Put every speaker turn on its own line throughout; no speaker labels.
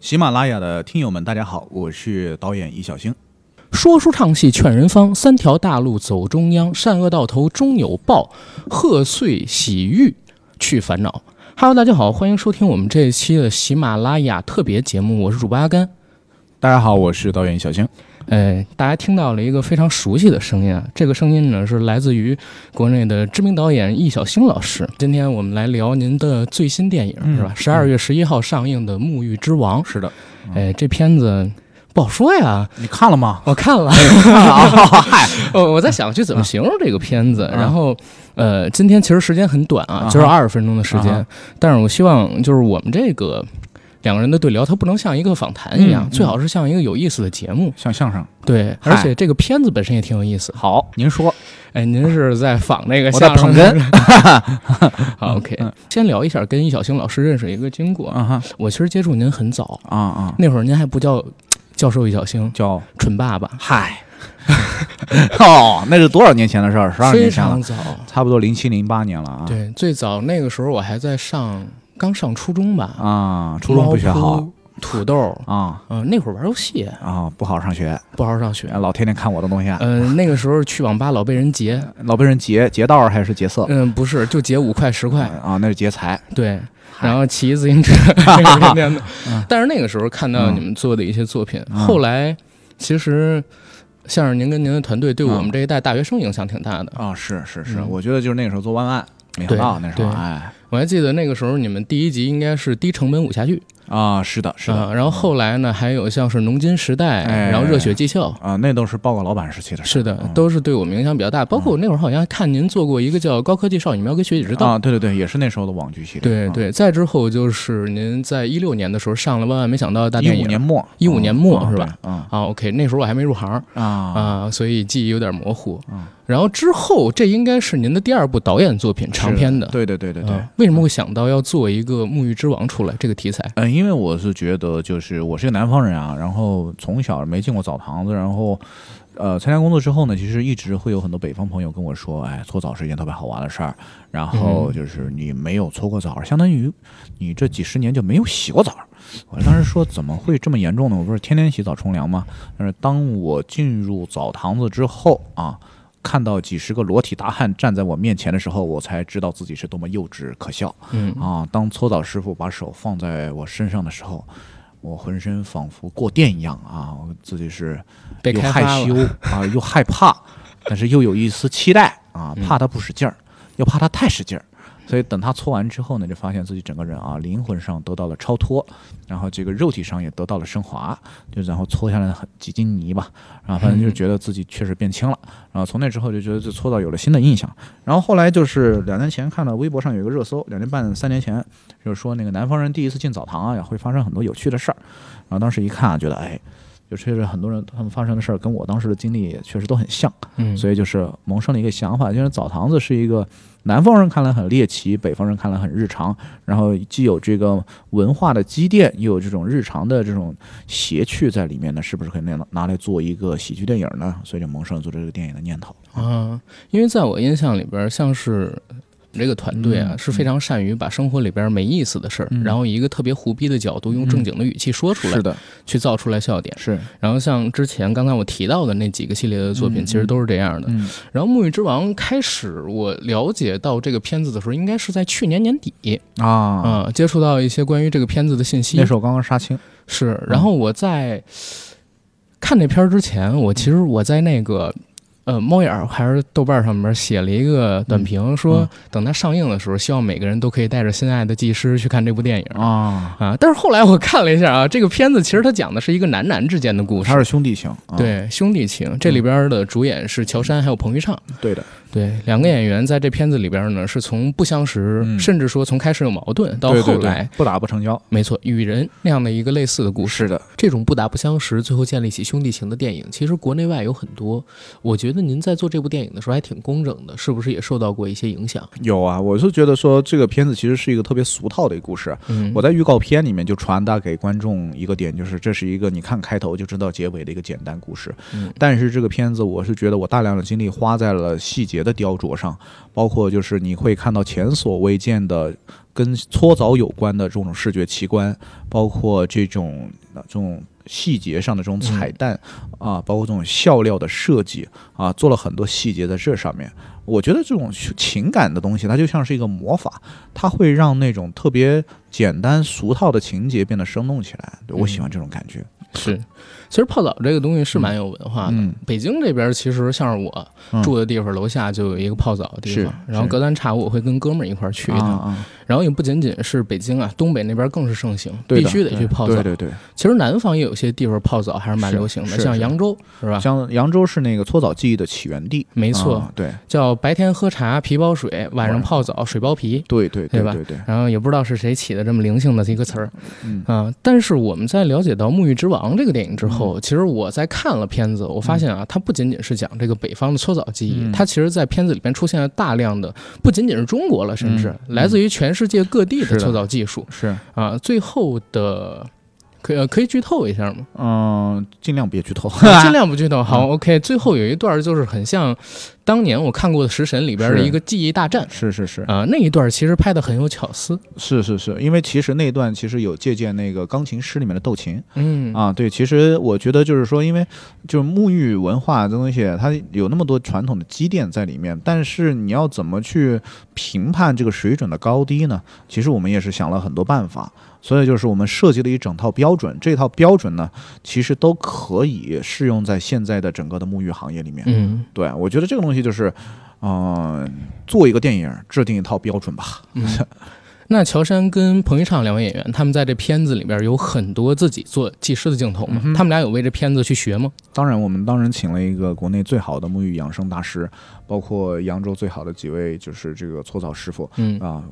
喜马拉雅的听友们，大家好，我是导演易小星。
说书唱戏劝人方，三条大路走中央，善恶到头终有报，贺岁喜欲去烦恼。Hello，大家好，欢迎收听我们这一期的喜马拉雅特别节目，我是主播阿甘。
大家好，我是导演易小星。
呃，大家听到了一个非常熟悉的声音啊，这个声音呢是来自于国内的知名导演易小星老师。今天我们来聊您的最新电影、
嗯
是吧？十二月十一号上映的《沐浴之王》。
是的，
哎、这片子不好说呀，
你看了吗？
我 哦看了。
哎啊
哦
嗨，
我我在想去怎么形容这个片子，
啊
然后呃，今天其实时间很短啊
啊，哈
就是二十分钟的时间，
啊哈
但是我希望就是我们这个。两个人的对聊，它不能像一个访谈一样，
嗯嗯
最好是像一个有意思的节目。
像相声。
对，
嗨
而且这个片子本身也挺有意思。好，
您说，
哎，您是在仿那个
我在嗯
相声
捧哏。
好，OK，先聊一下跟易小星老师认识一个经过。
啊哈
我其实接触您很早，
啊啊，
那会儿您还不叫教授易小星，
叫
蠢爸爸，
嗨。 哦，那是多少年前的事儿？十二
非
年前了
常，早。
差不多零七零八年了啊。
对，最早那个时候我还在上刚上初中吧，
啊，初中不学好
猫扑土豆，
啊
嗯、那会儿玩游戏
啊，不好好上学，
不好好上学，
老天天看我的东西，啊
嗯、那个时候去网吧老被人劫，
老被人劫劫道儿还是劫色
嗯、不是就劫五块十块，
啊？那是劫财。
对，
嗨
然后骑自行车 那个年代但是那个时候看到你们做的一些作品，
嗯
后来其实像是您跟您的团队对我
嗯
们这一代大学生影响挺大的，
啊、是是是，
嗯
我觉得就是那个时候做万万，没想到那时候
对
哎
我还记得那个时候你们第一集应该是低成本武侠剧，
啊，是的，是的
啊，然后后来呢还有像是农金时代，
哎
然后热血技校。
啊，那都是报告老板时期的事
是的
嗯，
都是对我们影响比较大。包括我那会儿好像还看您做过一个叫《高科技少女喵跟学姐之道》
啊，对对对，也是那时候的网剧系列，啊
对对，再嗯之后就是您在一六年的时候上了《万万没想到》大
一
电
五
影。
年末，
15年末
嗯
是吧？
对嗯
啊，OK，那时候我还没入行
啊
啊、所以记忆有点模糊。
嗯
然后之后，这应该是您的第二部导演作品，长篇的。
对对对对对。
啊为什么会想到要做一个《沐浴之王》出来这个题材？
嗯，因为我是觉得，就是我是个南方人啊，然后从小没进过澡堂子，然后，呃，参加工作之后呢，其实一直会有很多北方朋友跟我说，哎，搓澡是一件特别好玩的事儿，然后就是你没有搓过澡，相当于你这几十年就没有洗过澡。我当时说怎么会这么严重呢？我不是天天洗澡冲凉吗？但是当我进入澡堂子之后啊。看到几十个裸体大汉站在我面前的时候，我才知道自己是多么幼稚可笑。
嗯，
啊，当搓澡师傅把手放在我身上的时候，我浑身仿佛过电一样啊，我自己是
被
又
开
害
发
羞
了。
啊，又害 怕，但是又有一丝期待啊，
嗯
怕他不使劲儿，又怕他太使劲儿。所以等他搓完之后呢，就发现自己整个人啊，灵魂上得到了超脱，然后这个肉体上也得到了升华，就然后搓下来很几斤泥吧，然后反正就觉得自己确实变轻了。然后从那之后就觉得这搓澡有了新的印象。然后后来就是两年前看到微博上有一个热搜，两年半三年前就是说那个南方人第一次进澡堂啊，也会发生很多有趣的事儿。然后当时一看啊，觉得哎，就确实很多人他们发生的事儿跟我当时的经历也确实都很像，
嗯，
所以就是萌生了一个想法，就是澡堂子是一个南方人看来很猎奇，北方人看来很日常，然后既有这个文化的积淀，又有这种日常的这种谐趣在里面呢，是不是可以拿拿来做一个喜剧电影呢？所以就萌生了做这个电影的念头。
啊，因为在我印象里边儿，像是这个团队啊，
嗯
是非常善于把生活里边儿没意思的事儿，
嗯
然后以一个特别胡逼的角度，用正经的语气说出来，
是的，
去造出来笑点。
是，
然后像之前刚才我提到的那几个系列的作品，
嗯
其实都是这样的。
嗯
然后《沐浴之王》开始我了解到这个片子的时候，应该是在去年年底
啊，
啊、接触到一些关于这个片子的信息。
那时候刚刚杀青，
是，
嗯
然后我在看这片儿之前，我其实我在那个呃猫眼儿还是豆瓣儿上面写了一个短评，说
嗯
等它上映的时候，希望每个人都可以带着心爱的技师去看这部电影。
啊，
啊！但是后来我看了一下啊，这个片子其实它讲的是一个男男之间的故事
他，是兄嗯弟情，啊、
对兄弟情。这里边的主演是乔杉还有彭昱畅，
对的，
对两个演员在这片子里边呢，是从不相识，
嗯
甚至说从开始有矛盾到
对
后
对对
来，
不打不成交，
没错，与人那样的一个类似的故事。
是的，
这种不打不相识，最后建立起兄弟情的电影，其实国内外有很多。我觉得您在做这部电影的时候还挺工整的，是不是也受到过一些影响？
有啊，我是觉得说这个片子其实是一个特别俗套的一个故事。
嗯，
我在预告片里面就传达给观众一个点，就是这是一个你看开头就知道结尾的一个简单故事。
嗯
但是这个片子我是觉得我大量的精力花在了细节的雕琢上，包括就是你会看到前所未见的跟搓澡有关的这种视觉奇观，包括这种呃这种细节上的
嗯
这种彩蛋、啊，包括这种笑料的设计啊，做了很多细节在这上面。我觉得这种情感的东西，它就像是一个魔法，它会让那种特别简单俗套的情节变得生动起来。对我
嗯
喜欢这种感觉。
是，其实泡澡这个东西是蛮有文化的。
嗯
北京这边其实像是我
嗯
住的地方，楼下就有一个泡澡的地方
是，
然后
是
隔三差五我会跟哥们儿一块儿去一趟。
啊啊，
然后也不仅仅是北京啊，东北那边更是盛行，
对
必
的
须得去泡澡。
对对对，
其实南方也有些地方泡澡还是蛮
是
流行的，
是
像
是
扬州是吧？
像扬州是那个搓澡技艺的起源地，
没错，
啊对
叫白天喝茶皮包水，晚上泡澡水包皮。
对对
对吧
对对，
然后也不知道是谁起的这么灵性的一个词儿
嗯
啊、但是我们在了解到《沐浴之王》这个电影之
嗯
后，其实我在看了片子，我发现啊，它不仅仅是讲这个北方的搓澡技艺，
嗯
它其实在片子里边出现了大量的，不仅仅是中国了，甚至、
嗯
来自于全世界各地
是
的
的
搓澡技术
是
啊、最后的。可呃可以剧透一下 吗？
嗯，尽量别剧 透，
尽量不剧透。
嗯
好、o k 最后有一段就是很像当年我看过的《食神》里边的
是
一个记忆大战
是是是
啊、那一段其实拍的很有巧思。
是是是，因为其实那段其实有借鉴那个钢琴师里面的斗琴，
嗯
啊，对，其实我觉得就是说，因为就是沐浴文化这东西，它有那么多传统的积淀在里面，但是你要怎么去评判这个水准的高低呢？其实我们也是想了很多办法，所以就是我们设计了一整套标准，这套标准呢，其实都可以适用在现在的整个的沐浴行业里面。
嗯
对，我觉得这个东西就是，嗯、做一个电影，制定一套标准吧。
嗯， 那乔杉跟彭昱畅两位演员，他们在这片子里边有很多自己做技师的镜头吗？
嗯哼
他们俩有为这片子去学吗？
当然，我们当然请了一个国内最好的沐浴养生大师，包括扬州最好的几位就是这个搓澡师傅
嗯
啊、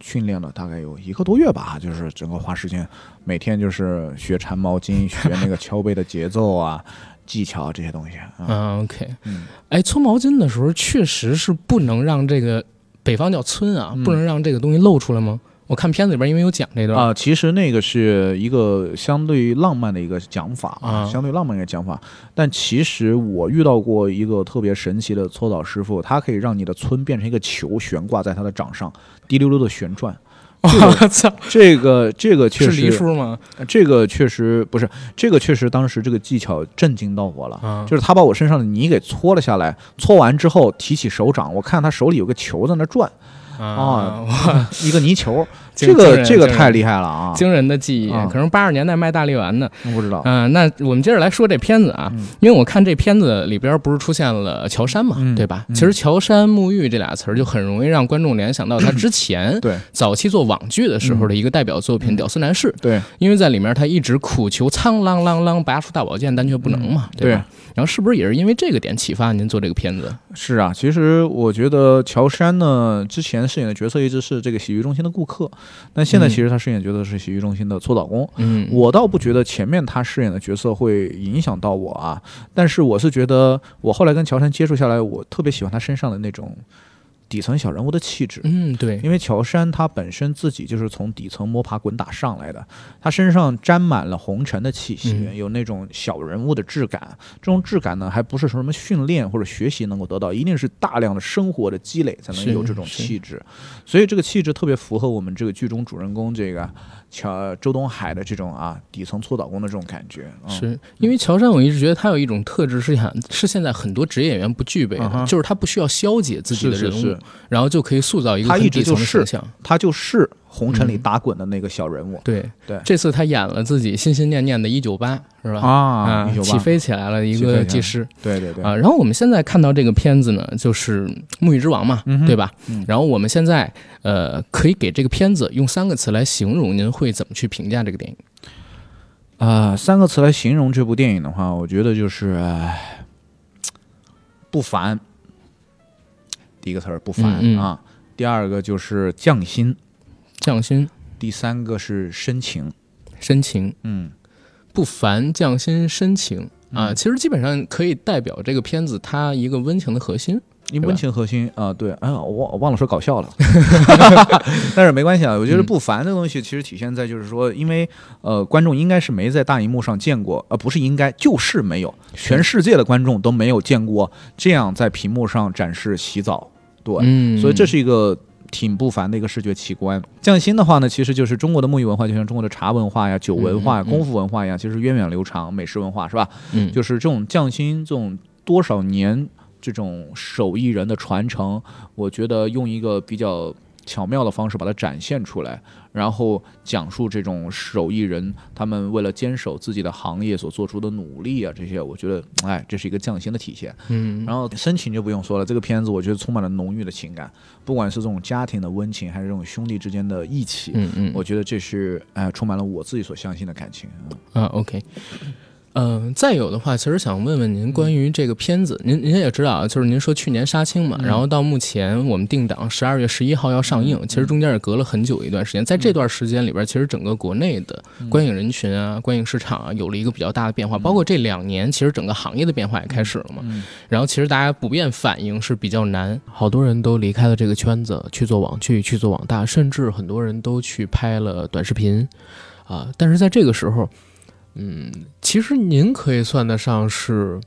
训练了大概有一个多月吧，就是整个花时间，每天就是学缠毛巾，学那个敲背的节奏啊、 技巧啊这些东西啊。
啊，OK，
嗯
哎，搓毛巾的时候确实是不能让这个北方叫村啊，
嗯
不能让这个东西露出来吗？我看片子里边因为有讲这段，
啊、其实那个是一个相对浪漫的一个讲法
啊
相对浪漫一个讲法。但其实我遇到过一个特别神奇的搓澡师傅，他可以让你的村变成一个球悬挂在他的掌上，滴溜溜的旋转。
我操、
这个这个确
是黎
实，
叔吗？
这个确实不是，这个确实当时这个技巧震惊到我了。
啊，
就是他把我身上的泥给搓了下来，搓完之后提起手掌，我看他手里有个球在那转，
啊，
一个泥 球，
惊
这
惊
个
人
这个
惊人
太厉害了啊！
惊人的记忆，
啊
可能八十年代卖大力丸呢。
不知道，
嗯、那我们接着来说这片子啊，
嗯
因为我看这片子里边不是出现了乔杉嘛，
嗯
对吧？
嗯
其实乔杉、沐浴这俩词儿就很容易让观众联想 到他之前
对嗯
早期做网剧的时候的一个代表作品《屌丝男士》，
对
因为在里面他一直苦求苍啷啷啷拔出大宝剑，但却不能嘛，
嗯对
吧？然后是不是也是因为这个点启发您做这个片子？
是啊，其实我觉得乔杉呢，之前饰演的角色一直是这个洗浴中心的顾客，但现在
嗯
其实他饰演角色是洗浴中心的搓澡工。
嗯，
我倒不觉得前面他饰演的角色会影响到我啊，但是我是觉得我后来跟乔杉接触下来，我特别喜欢他身上的那种底层小人物的气质。
嗯对，
因为乔杉他本身自己就是从底层摸爬滚打上来的，他身上沾满了红尘的气息，
嗯
有那种小人物的质感。这种质感呢，还不是说什么训练或者学习能够得到，一定是大量的生活的积累才能
是
有这种
是
气质。所以这个气质特别符合我们这个剧中主人公这个乔呃周东海的这种啊底层搓澡工的这种感觉。嗯、
是因为乔杉，我一直觉得他有一种特质是想是现在很多职业演员不具备的，
嗯哼
就是他不需要消解自己的人
是是
物，
是，
然后就可以塑造一个
他
很
一
底
直
层
就
的
是
形象。
他就是红尘里
嗯
打滚的那个小人物。
对
对
这次他演了自己心心念念的一九八，是吧？
啊，198
起，飞起来了一
起飞起
个
来
技师
对对对，
啊。然后我们现在看到这个片子呢，就是《沐浴之王》嘛，
嗯哼
对吧？
嗯
然后我们现在呃，可以给这个片子用三个词来形容，您会怎么去评价这个电影？
啊、三个词来形容这部电影的话，我觉得就是唉不凡。第一个词儿不凡、
嗯嗯
啊，第二个就是匠心，
匠心、
第三个是深情。
深情、
嗯，
不凡、匠心、深情啊，其实基本上可以代表这个片子它一个温情的核心。
你
吧
温情核心啊、对，哎呀，我忘我忘了说搞笑了，但是没关系啊，我觉得不凡这东西其实体现在就是说，因为呃，观众应该是没在大荧幕上见过，呃，不是应该，就是没有，全世界的观众都没有见过这样在屏幕上展示洗澡，对，
嗯
所以这是一个挺不凡的一个视觉奇观。匠心的话呢，其实就是中国的沐浴文化，就像中国的茶文化呀、酒文化呀、
嗯嗯嗯
功夫文化呀，其实源远流长，美食文化是吧？
嗯
就是这种匠心这种多少年这种手艺人的传承，我觉得用一个比较巧妙的方式把它展现出来，然后讲述这种手艺人他们为了坚守自己的行业所做出的努力啊，这些我觉得，哎，这是一个匠心的体现。
嗯
然后深情就不用说了，这个片子我觉得充满了浓郁的情感，不管是这种家庭的温情，还是这种兄弟之间的义气，
嗯嗯，
我觉得这是哎充满了我自己所相信的感情。嗯
啊，OK。
嗯、再有的话，其实想问问您关于这个片子，您您也知道啊，就是您说去年杀青嘛，然后到目前我们定档十二月十一号要上映，其实中间也隔了很久一段时间，在这段时间里边，其实整个国内的观影人群啊、观影市场啊有了一个比较大的变化，包括这两年其实整个行业的变化也开始了嘛，然后其实大家普遍反应是比较难，好多人都离开了这个圈子去做网剧、去做网大，甚至很多人都去拍了短视频，啊，但是在这个时候。嗯其实您可以算得上是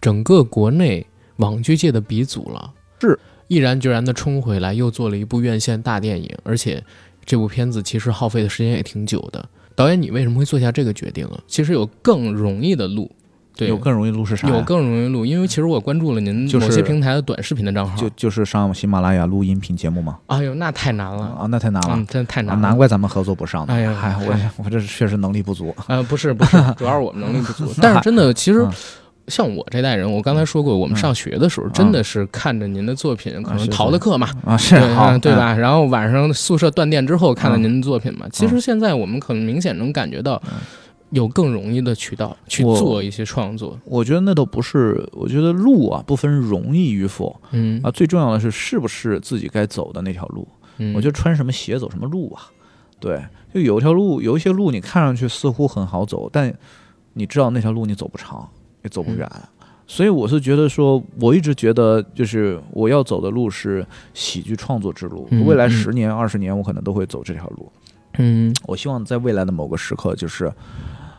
整个国内网剧界的鼻祖了，
是
毅然决然地冲回来，又做了一部院线大电影，而且这部片子其实耗费的时间也挺久的。导演，你为什么会做下这个决定啊？其实有更容易的路，对，
有更容易录是啥呀？
有更容易的路，因为其实我关注了您
就是
某些平台的短视频的账号，
就就是上喜马拉雅录音频节目嘛。
哎呦，那太难了，
啊，那太难了。
嗯，真的太
啊
难了，
难怪咱们合作不上呢。
哎呀
嗨，
嗨
我我这确实能力不足。
呃，不是不 是，主要是我们能力不足。但是真的，其实
嗯
像我这代人，我刚才说过，我们上学的时候
嗯
真的是看着您的作品，可能
是
逃
是
的课嘛，
啊，是
对
好
嗯对？
嗯
吧？然后晚上宿舍断电之后看了
嗯
您的作品嘛。其实现在我们可能明显能感觉到，有更容易的渠道去
我
做一些创作。
我觉得那都不是，我觉得路啊不分容易与否
嗯
啊，最重要的是是不是自己该走的那条路。
嗯，
我觉得穿什么鞋走什么路啊。对，就有一条路，有一些路你看上去似乎很好走，但你知道那条路你走不长，也走不
嗯
远。所以我是觉得说，我一直觉得就是我要走的路是喜剧创作之路
嗯，
未来
嗯
十年、二十年我可能都会走这条路。
嗯
我希望在未来的某个时刻，就是，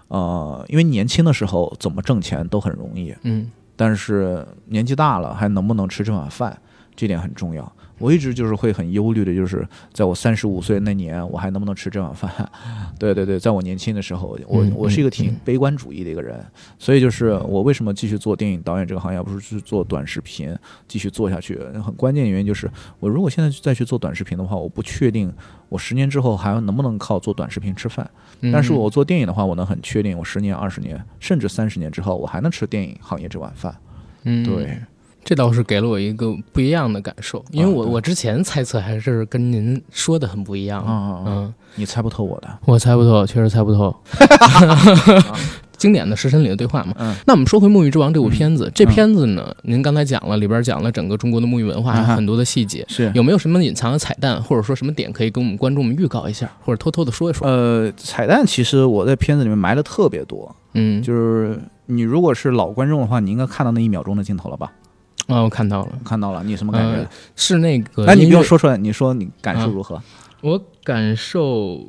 呃，因为年轻的时候怎么挣钱都很容易，
嗯
但是年纪大了还能不能吃这碗饭，这点很重要。我一直就是会很忧虑的，就是在我三十五岁那年，我还能不能吃这碗饭？ 对对对，在我年轻的时候，我
嗯
我是一个
嗯
挺
嗯
悲观主义的一个人，所以就是我为什么继续做电影导演这个行业，而不是去做短视频继续做下去？很关键原因就是，我如果现在再去做短视频的话，我不确定我十年之后还能不能靠做短视频吃饭。
嗯，
但是我做电影的话，我能很确定，我十年、二十年甚至三十年之后，我还能吃电影行业这碗饭。
嗯
对，
这倒是给了我一个不一样的感受，因为
啊
我
对
我之前猜测还是跟您说的很不一样
啊啊啊
嗯。
你猜不透我的。
我猜不透，确实猜不透。经典的石森里的对话嘛。
嗯
那我们说回《沐浴之王》这部片子，这片子呢，您刚才讲了，里边讲了整个中国的沐浴文化
啊哈嗯
很多的细节，
是
有没有什么隐藏的彩蛋，或者说什么点可以跟我们观众们预告一下，或者偷偷的说一说？
呃，彩蛋其实我在片子里面埋的特别多，
嗯，
就是你如果是老观众的话，你应该看到那一秒钟的镜头了吧？
啊，我看到了，
看到了，你什么感觉？
是那个。
那你不用，说出来，你说你感受如何？
我感受。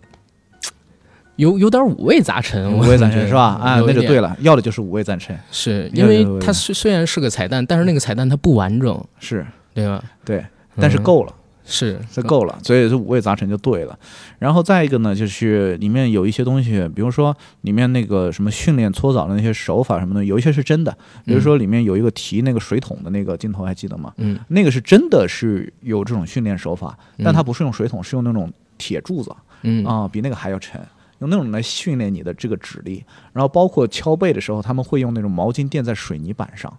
有有点五味杂陈，
五味杂陈是吧？啊，
啊，
那就对
了，
了，要的就是五味杂陈，
是
有
因为
有有
它虽虽然是个彩蛋，但是那个彩蛋它不完整，
是
对吧？
对，但是
嗯
够了。
是
这够了，所以这五味杂陈就对了。然后再一个呢，就是里面有一些东西，比如说里面那个什么训练搓澡的那些手法什么的，有一些是真的。比如说里面有一个提那个水桶的那个镜头，还记得吗？
嗯，
那个是真的是有这种训练手法，
嗯
但它不是用水桶，是用那种铁柱子
嗯
啊、比那个还要沉。用那种来训练你的这个指力，然后包括敲背的时候，他们会用那种毛巾垫在水泥板上，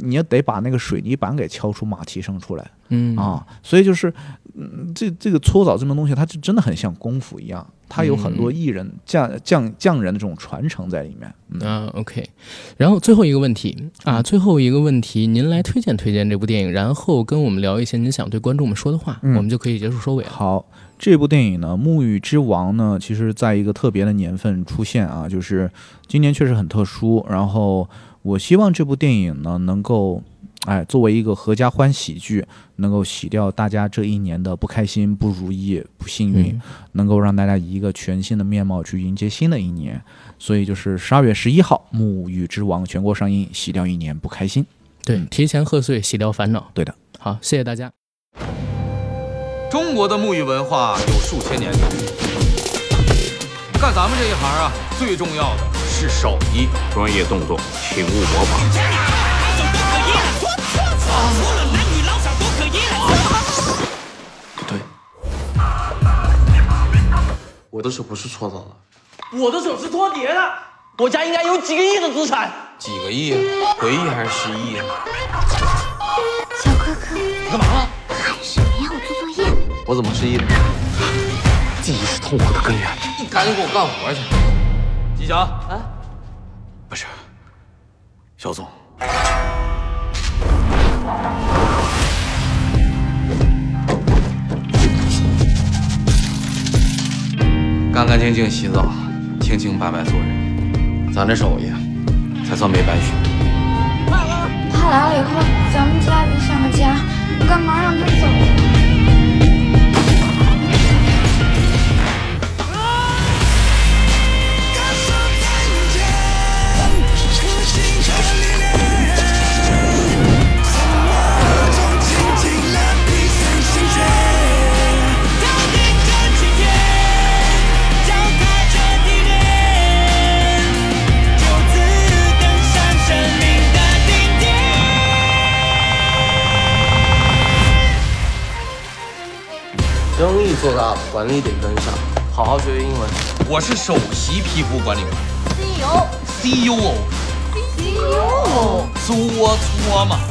你也得把那个水泥板给敲出马蹄声出来。
嗯
啊，所以就是，嗯，这这个搓澡这门东西，它就真的很像功夫一样，它有很多艺人匠匠匠人的这种传承在里面。嗯，
啊，OK，然后最后一个问题啊，最后一个问题，您来推荐推荐这部电影，然后跟我们聊一些您想对观众们说的话，
嗯
我们就可以结束收尾了。
好，这部电影呢，《沐浴之王》呢，其实在一个特别的年份出现啊，就是今年确实很特殊。然后我希望这部电影呢，能够哎，作为一个合家欢喜剧，能够洗掉大家这一年的不开心、不如意、不幸运，
嗯
能够让大家以一个全新的面貌去迎接新的一年。所以就是十二月十一号，《沐浴之王》全国上映，洗掉一年不开心。
对，提前贺岁，洗掉烦恼。
对的，
好，谢谢大家。
中国的沐浴文化有数千年历史。干咱们这一行啊，最重要的是手艺，
专业动作，请勿模仿。
我的手不是搓到的，
我的手是托底的，我家应该有几个亿的资产。
几个亿啊？回忆还是失忆啊？
小哥哥，你干嘛呢？还是没让我做作业。
我怎么失忆的？记忆是痛苦的根源。你赶紧给我干活去！
吉祥啊，
不是，小总，干干净净洗澡，清清白白做人，咱这手艺啊才算没白学。
他来了以后，咱们家得想个家，干嘛让他走？啊
生意做大了，管理得跟上，好好学学英文。
我是首席皮肤管理官 CEO，CEO，CEO，
哎呦，
作搓嘛。